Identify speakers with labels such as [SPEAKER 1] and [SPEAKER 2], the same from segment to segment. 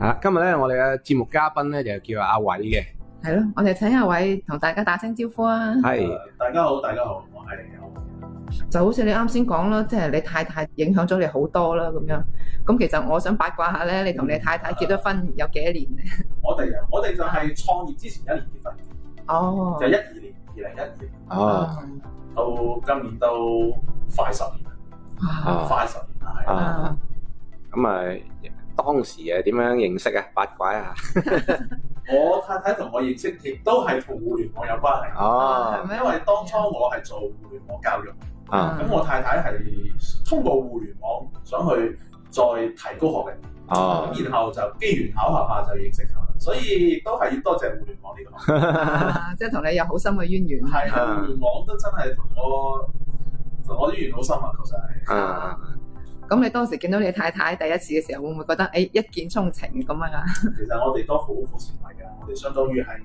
[SPEAKER 1] 啊，今日咧我哋嘅節目嘉賓咧就叫阿偉嘅，
[SPEAKER 2] 係咯，我哋請阿偉同大家打聲招呼啊！
[SPEAKER 1] 係
[SPEAKER 3] 大家好，大家好，我係李歐。
[SPEAKER 2] 就好似你啱先講啦，即係你太太影響咗你好多啦咁樣。咁其實我想八卦下咧，你同你太太結咗婚有幾多年咧？
[SPEAKER 3] 我哋啊，我哋就係創業之前一年結婚，
[SPEAKER 2] 哦
[SPEAKER 3] 就，一二年，二零一二年
[SPEAKER 1] 哦，
[SPEAKER 3] 到今年都快十年啦，
[SPEAKER 2] 哇，
[SPEAKER 1] 啊
[SPEAKER 3] 快十年啦，
[SPEAKER 2] 哦
[SPEAKER 3] 係。
[SPEAKER 1] 啊，咁啊，當時啊點樣認識啊？八卦一下，
[SPEAKER 3] 我太太同我認識亦都係同互聯網有關係，
[SPEAKER 2] 哦係
[SPEAKER 1] 哦，
[SPEAKER 2] 咩
[SPEAKER 3] 因為當初我係做互聯網教育，
[SPEAKER 2] 嗯
[SPEAKER 1] 啊，
[SPEAKER 3] 咁我太太係通過互聯網想去再提高學歷，
[SPEAKER 1] 哦，
[SPEAKER 3] 咁然後就機緣巧合下就認識咗，所以亦都係要多謝互聯網呢個行業。
[SPEAKER 2] 啊即係同你有好深嘅淵源。
[SPEAKER 3] 係啊互聯網都真係同我同我啲緣好深啊，確實係。
[SPEAKER 1] 啊啊，
[SPEAKER 2] 咁你當時見到你太太第一次嘅時候，會唔會覺得誒、哎一見鍾情咁樣啊？
[SPEAKER 3] 其實我哋都好好前衞㗎，我哋相當於係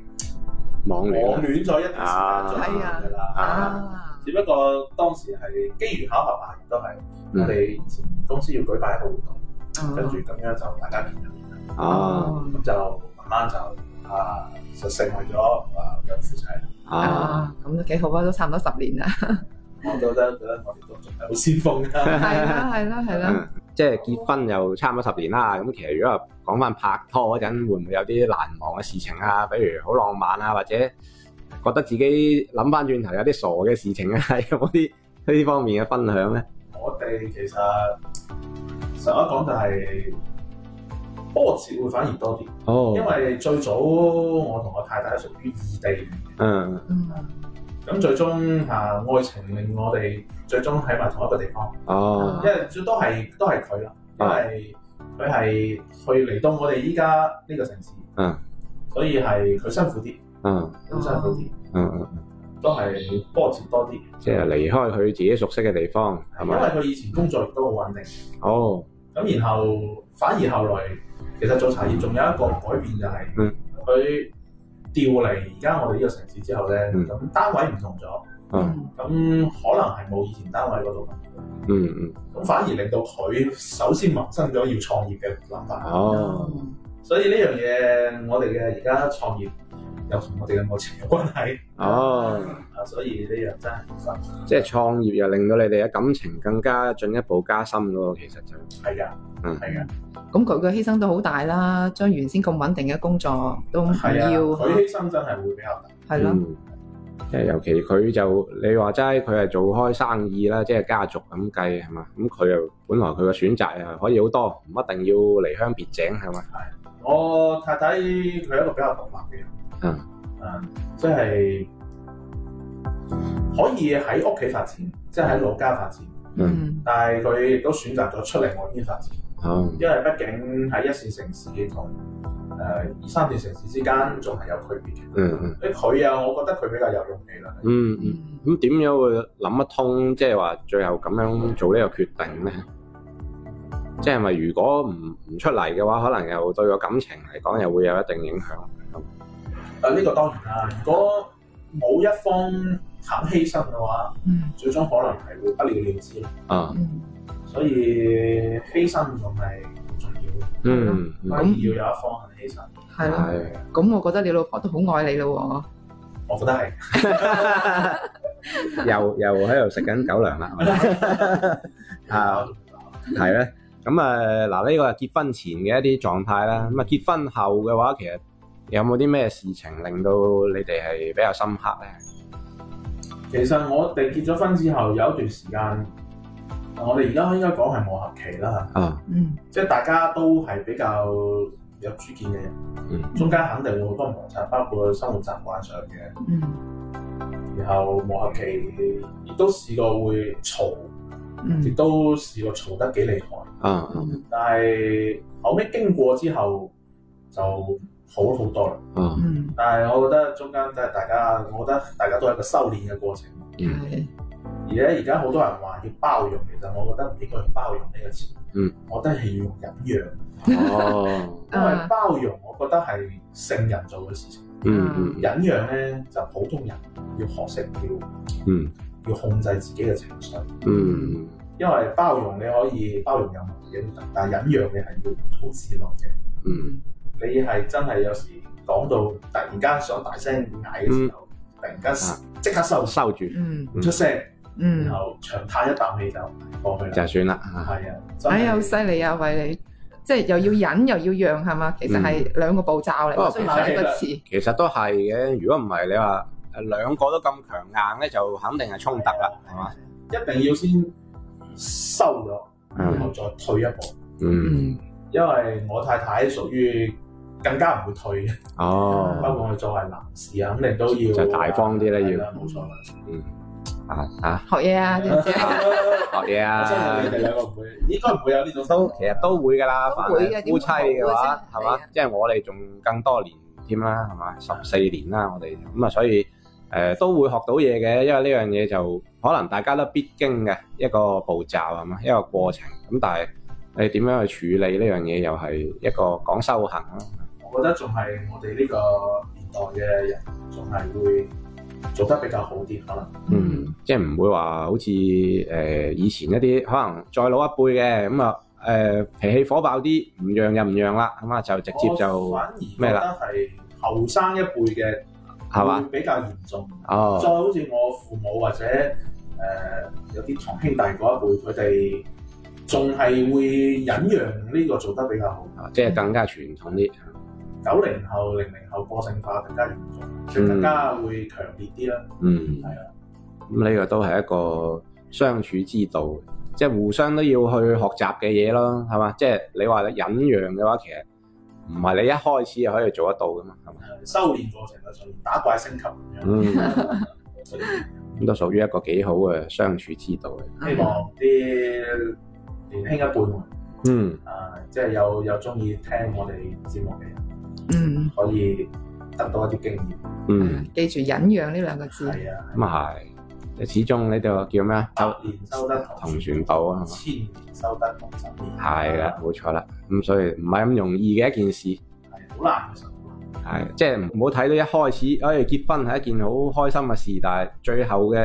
[SPEAKER 1] 網戀
[SPEAKER 3] 網
[SPEAKER 1] 啊
[SPEAKER 3] 戀咗一段時間
[SPEAKER 2] 係啊
[SPEAKER 3] 咗㗎啦。
[SPEAKER 1] 啊，
[SPEAKER 2] 啊，
[SPEAKER 3] 只不過當時係機緣巧合下，亦都係我
[SPEAKER 1] 嗯
[SPEAKER 3] 哋以前公司要舉辦一個活動，跟住
[SPEAKER 2] 哦
[SPEAKER 3] 咁樣就大家見咗面啦。
[SPEAKER 1] 啊
[SPEAKER 3] 咁就慢慢就啊就成為咗啊兩夫妻啦。
[SPEAKER 1] 啊，
[SPEAKER 2] 啊，咁都幾好啊，都差唔多十年啦。
[SPEAKER 1] 嗯
[SPEAKER 3] 我覺得覺得我哋都仲係好先鋒㗎。
[SPEAKER 2] 係啦，係啦，係啦。
[SPEAKER 1] 嗯即係結婚又差唔多十年啦。咁其實如果話講翻拍拖嗰陣，會唔會有啲難忘嘅事情啊？比如好浪漫啊，或者覺得自己諗翻轉頭有啲傻嘅事情啊， 有冇啲呢方面嘅分享咧？
[SPEAKER 3] 我哋其實實話講就係波折會反而多啲。
[SPEAKER 1] 哦
[SPEAKER 3] 因為最早我同我太太屬於異地，
[SPEAKER 1] 嗯
[SPEAKER 2] 嗯，
[SPEAKER 3] 咁最終啊愛情令我哋最終喺埋同一個地方，
[SPEAKER 1] 哦
[SPEAKER 3] 因為最多係都係佢啦，因
[SPEAKER 1] 啊
[SPEAKER 3] 為佢係去嚟到我哋依家呢個城市，
[SPEAKER 1] 嗯
[SPEAKER 3] 所以係佢辛苦啲，
[SPEAKER 1] 嗯
[SPEAKER 3] 咁辛苦啲，
[SPEAKER 1] 嗯嗯，
[SPEAKER 3] 都係波折多啲，
[SPEAKER 1] 即係離開佢自己熟悉嘅地方係
[SPEAKER 3] 嗯因為
[SPEAKER 1] 咪？
[SPEAKER 3] 佢以前工作亦都好穩定，
[SPEAKER 1] 哦
[SPEAKER 3] 咁然後反而後來其實做茶葉仲有一個改變就係
[SPEAKER 1] 嗯
[SPEAKER 3] 佢調嚟而家我哋呢個城市之後咧，
[SPEAKER 1] 嗯
[SPEAKER 3] 咁單位唔同咗。
[SPEAKER 1] 嗯
[SPEAKER 2] 嗯
[SPEAKER 3] 咁可能係冇以前單位嗰度
[SPEAKER 1] 嗯嗯
[SPEAKER 3] 咁，反而令到佢首先萌生咗要創業嘅諗法。
[SPEAKER 2] 嗯
[SPEAKER 1] 哦
[SPEAKER 3] 所以呢樣嘢，我哋嘅而家創業又同我哋嘅愛情有關係
[SPEAKER 1] 哦，
[SPEAKER 3] 啊，所以呢樣真係唔分
[SPEAKER 1] 即係創業又令到你哋嘅感情更加進一步加深咯。其實就
[SPEAKER 3] 係㗎，
[SPEAKER 1] 嗯
[SPEAKER 3] 係啊㗎，
[SPEAKER 2] 咁佢嘅犧牲都好大啦，將原先咁穩定嘅工作都唔要，
[SPEAKER 3] 係啊，佢
[SPEAKER 2] 係
[SPEAKER 3] 犧牲真係會比較大。
[SPEAKER 2] 咯，
[SPEAKER 1] 嗯，即係尤其佢就你話齋，佢係做開生意啦，即係家族咁計係嘛？咁佢又本來佢嘅選擇又可以好多，唔一定要離鄉別井係嘛？
[SPEAKER 3] 我太太佢係一個比較獨立嘅人，
[SPEAKER 1] 嗯
[SPEAKER 3] 嗯，即係可以喺屋企發展，即係喺老家發展，
[SPEAKER 2] 嗯
[SPEAKER 3] 但係佢亦都選擇咗出嚟外邊發展。
[SPEAKER 1] 哦，
[SPEAKER 3] 因為畢竟喺一線城市同誒二三線城市之間仲係有區別嘅。
[SPEAKER 1] 嗯嗯
[SPEAKER 3] 誒佢啊，我覺得佢比較有勇氣啦。
[SPEAKER 1] 嗯嗯。
[SPEAKER 2] 嗯
[SPEAKER 1] 咁點樣會諗得通？即係話最後咁樣做呢個決定咧？即係咪如果唔唔出嚟嘅話，可能又對個感情嚟講又會有一定影響。
[SPEAKER 3] 但呢個當然啦，如果冇一方肯犧牲嘅話，
[SPEAKER 2] 嗯
[SPEAKER 3] 最終可能係會不了了之。
[SPEAKER 1] 啊，
[SPEAKER 2] 嗯
[SPEAKER 3] 所以犧牲仲係好重要，
[SPEAKER 1] 嗯，
[SPEAKER 3] 反而要有一方肯犧牲。
[SPEAKER 2] 係咯。
[SPEAKER 1] 係
[SPEAKER 2] 咁我覺得你老婆都好愛你咯
[SPEAKER 3] 我覺得係，
[SPEAKER 1] 又又喺度食緊狗 糧啦，係咪啊係咧。咁誒嗱，呢個係結婚前嘅一啲狀態啦。咁啊，結婚後嘅話，其實有冇啲咩事情令到你哋係比較深刻咧？
[SPEAKER 3] 其實我哋結咗婚之後有一段時間，我哋而家應該講係磨合期啦。
[SPEAKER 1] 啊，
[SPEAKER 2] 喎。嗯
[SPEAKER 3] 即係大家都係比較有主見嘅人，
[SPEAKER 1] 嗯
[SPEAKER 3] 中間肯定會好多摩擦，包括生活習慣上嘅，
[SPEAKER 2] 嗯
[SPEAKER 3] 然後磨合期亦都試過會嘈，亦
[SPEAKER 2] 嗯
[SPEAKER 3] 都試過嘈得幾厲害，
[SPEAKER 1] 啊
[SPEAKER 2] 嗯
[SPEAKER 3] 但係後尾經過之後就好好多啦。
[SPEAKER 1] 啊
[SPEAKER 2] 嗯，
[SPEAKER 3] 但係我覺得中間真係大家，我覺得大家都係一個修煉嘅過程。
[SPEAKER 2] 係
[SPEAKER 3] 而且而家好多人話要包容，其實我覺得唔應該用包容呢個詞，
[SPEAKER 1] 嗯，
[SPEAKER 3] 我覺得係要用忍讓，
[SPEAKER 1] 哦，
[SPEAKER 3] 因為
[SPEAKER 2] 啊
[SPEAKER 3] 包容我覺得係聖人做嘅事情。
[SPEAKER 1] 嗯嗯嗯
[SPEAKER 3] 忍讓咧就普通人要學識要
[SPEAKER 1] 嗯
[SPEAKER 3] 要控制自己嘅情緒，
[SPEAKER 1] 嗯
[SPEAKER 3] 因為包容你可以包容任何嘢都得，但係忍讓你係要好自律嘅。
[SPEAKER 1] 嗯嗯
[SPEAKER 2] 嗯
[SPEAKER 3] 你係真係有時講到突然間想大聲嗌嘅時
[SPEAKER 1] 嗯
[SPEAKER 3] 候，突然間
[SPEAKER 1] 啊
[SPEAKER 3] 即刻收
[SPEAKER 1] 收住
[SPEAKER 2] 嗯
[SPEAKER 3] 唔出聲，
[SPEAKER 2] 嗯
[SPEAKER 3] 然，後長嘆一啖氣就過去啦。
[SPEAKER 1] 就算啦。啊
[SPEAKER 3] 係啊，真
[SPEAKER 2] 哎呀，好
[SPEAKER 3] 係
[SPEAKER 2] 犀利啊，為你，即係又要忍又要讓係嘛？其實係兩個步驟
[SPEAKER 1] 不過
[SPEAKER 2] 嚟，雖然係一個詞，
[SPEAKER 1] 其實都係嘅，如果唔係你話誒兩個都咁強硬咧，就肯定係衝突啦，係嘛？
[SPEAKER 3] 一定要先收咗，然後再退一步。
[SPEAKER 1] 嗯，
[SPEAKER 2] 嗯
[SPEAKER 3] 因為我太太屬於更加唔會退嘅，
[SPEAKER 1] 哦，
[SPEAKER 3] 包括我作為男士啊，肯定都要
[SPEAKER 1] 就大方啲啦要
[SPEAKER 3] 係啦冇錯啦。
[SPEAKER 1] 啊啊，
[SPEAKER 2] 學嘢啊，姐姐
[SPEAKER 1] 學嘢
[SPEAKER 3] 我真係你
[SPEAKER 1] 啊，
[SPEAKER 3] 哋兩個唔會，應該唔會有呢種
[SPEAKER 1] 都其實都會㗎啦，
[SPEAKER 2] 都
[SPEAKER 1] 凡
[SPEAKER 2] 會嘅
[SPEAKER 1] 係夫妻嘅話，
[SPEAKER 2] 點
[SPEAKER 1] 係
[SPEAKER 2] 會唔會啊
[SPEAKER 1] 嘛？即係我哋仲更多年添啦，係嘛？十四年啦，我哋咁啊，所以誒都會學到嘢嘅，因為呢樣嘢就可能大家都必經嘅一個步驟係嘛，一個過程咁，但係你點樣去處理呢樣嘢，又係一個講修行啊啦。
[SPEAKER 3] 我覺得仲係我哋呢個年代嘅人，仲係會做得比較好啲，可能
[SPEAKER 1] 嗯，即係唔會話好似誒、呃以前一啲可能再老一輩嘅咁啊誒脾氣火爆啲，唔讓就唔讓啦，咁啊就直接
[SPEAKER 3] 我
[SPEAKER 2] 哦
[SPEAKER 1] 就
[SPEAKER 3] 反而覺
[SPEAKER 1] 咩
[SPEAKER 3] 得
[SPEAKER 1] 啦
[SPEAKER 3] 係後生一輩嘅
[SPEAKER 1] 係
[SPEAKER 3] 會
[SPEAKER 1] 嘛？
[SPEAKER 3] 比較嚴重。再
[SPEAKER 1] 哦，
[SPEAKER 3] 好似我父母或者誒、呃有啲堂兄弟嗰一輩，佢哋仲係會忍讓呢個做得比較好。
[SPEAKER 1] 啊即係更加傳統啲。啊
[SPEAKER 3] 九零後、零零後個性化更加嚴重，更加會強烈啲啦。
[SPEAKER 1] 嗯，
[SPEAKER 3] 係啊，
[SPEAKER 1] 咁呢個都係一個相處之道，即係互相都要去學習嘅嘢咯，係嘛？即係你話忍讓嘅話，其實唔係你一開始就可以做得到噶嘛，係嘛？
[SPEAKER 3] 呃修練過程就上打怪升級咁樣。
[SPEAKER 1] 嗯，咁都屬於一個幾好嘅相處之道嚟。
[SPEAKER 3] 希望啲年輕一輩們
[SPEAKER 1] 嗯。
[SPEAKER 3] 啊，即係有有中意聽我哋節目嘅人，
[SPEAKER 2] 嗯，
[SPEAKER 3] 可以得到一啲經驗。
[SPEAKER 1] 嗯，
[SPEAKER 2] 記住忍讓呢兩個字，
[SPEAKER 3] 係啊，
[SPEAKER 1] 咁啊係，始終呢度叫咩啊？
[SPEAKER 3] 百年修得同
[SPEAKER 1] 同船渡啊，
[SPEAKER 3] 千年修得同心面。
[SPEAKER 1] 係嘛？係啦，冇錯啦。咁所以唔係咁容易嘅一件事，
[SPEAKER 3] 係好難嘅，其實
[SPEAKER 1] 係即係唔好睇到一開始，哎結婚係一件好開心嘅事，但係最後嘅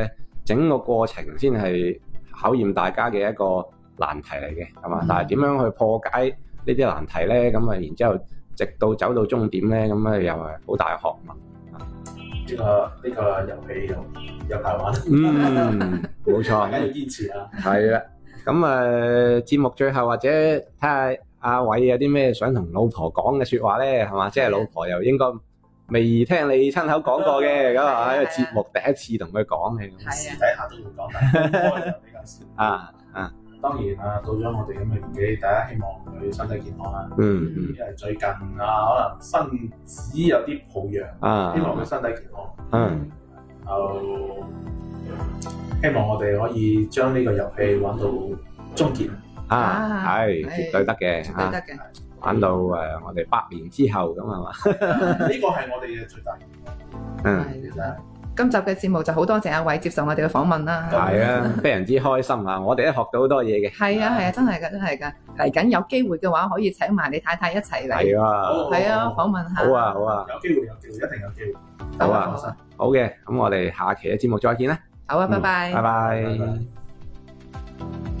[SPEAKER 1] 整個過程先係考驗大家嘅一個難題嚟嘅，係嘛？
[SPEAKER 2] 嗯
[SPEAKER 1] 但係點樣去破解呢啲難題咧？咁啊，然之後直到走到終點咧，咁啊又係好大嘅學問。
[SPEAKER 3] 呢個呢個遊戲有有排玩，
[SPEAKER 1] 嗯，冇錯
[SPEAKER 3] 大。家要堅持啊！
[SPEAKER 1] 係啦，咁诶，节目最後或者睇下阿偉有啲咩想同老婆講嘅说話咧，係嘛？即係老婆又應該未聽你親口講過嘅，咁
[SPEAKER 2] 係啊
[SPEAKER 1] 啊，
[SPEAKER 2] 係啊
[SPEAKER 1] 因為節目第一次同佢講嘅，咁
[SPEAKER 2] 係
[SPEAKER 3] 私
[SPEAKER 2] 啊，
[SPEAKER 3] 底下都會講，但係公開就比較少。
[SPEAKER 1] 啊，
[SPEAKER 3] 當然啦，到咗我哋咁嘅年紀，大家希望佢身體健康啊啦。
[SPEAKER 1] 嗯嗯
[SPEAKER 3] 因為最近啊，可能身子有啲抱恙，
[SPEAKER 1] 啊
[SPEAKER 3] 希，望佢身體健康。
[SPEAKER 1] 嗯
[SPEAKER 3] 然後希望我哋可以將呢個遊戲玩到終結。
[SPEAKER 1] 啊，係絕對得嘅，
[SPEAKER 2] 絕
[SPEAKER 1] 啊
[SPEAKER 2] 對得嘅，
[SPEAKER 1] 玩到诶我哋百年之後咁啊係嘛，
[SPEAKER 3] 呢個係我哋嘅最大
[SPEAKER 1] 嗯。
[SPEAKER 2] 係
[SPEAKER 3] 嘅啦。
[SPEAKER 2] 今集嘅節目就好多謝阿偉接受我哋嘅訪問啦。
[SPEAKER 1] 係啊，非常之開心啊！我哋都學到好多嘢嘅，
[SPEAKER 2] 係啊係啊，真係㗎真係㗎。嚟緊有機會嘅話，可以請埋你太太一齊嚟，
[SPEAKER 1] 係啊，
[SPEAKER 3] 好
[SPEAKER 2] 係啊，訪問下。
[SPEAKER 1] 好啊，好啊，
[SPEAKER 3] 有機會，有機會，一定有機會。
[SPEAKER 1] 好啊嗯
[SPEAKER 3] 放心
[SPEAKER 1] 好嘅，咁我哋下期嘅節目再見啦，
[SPEAKER 2] 好啊，拜
[SPEAKER 1] 拜拜。
[SPEAKER 3] 拜拜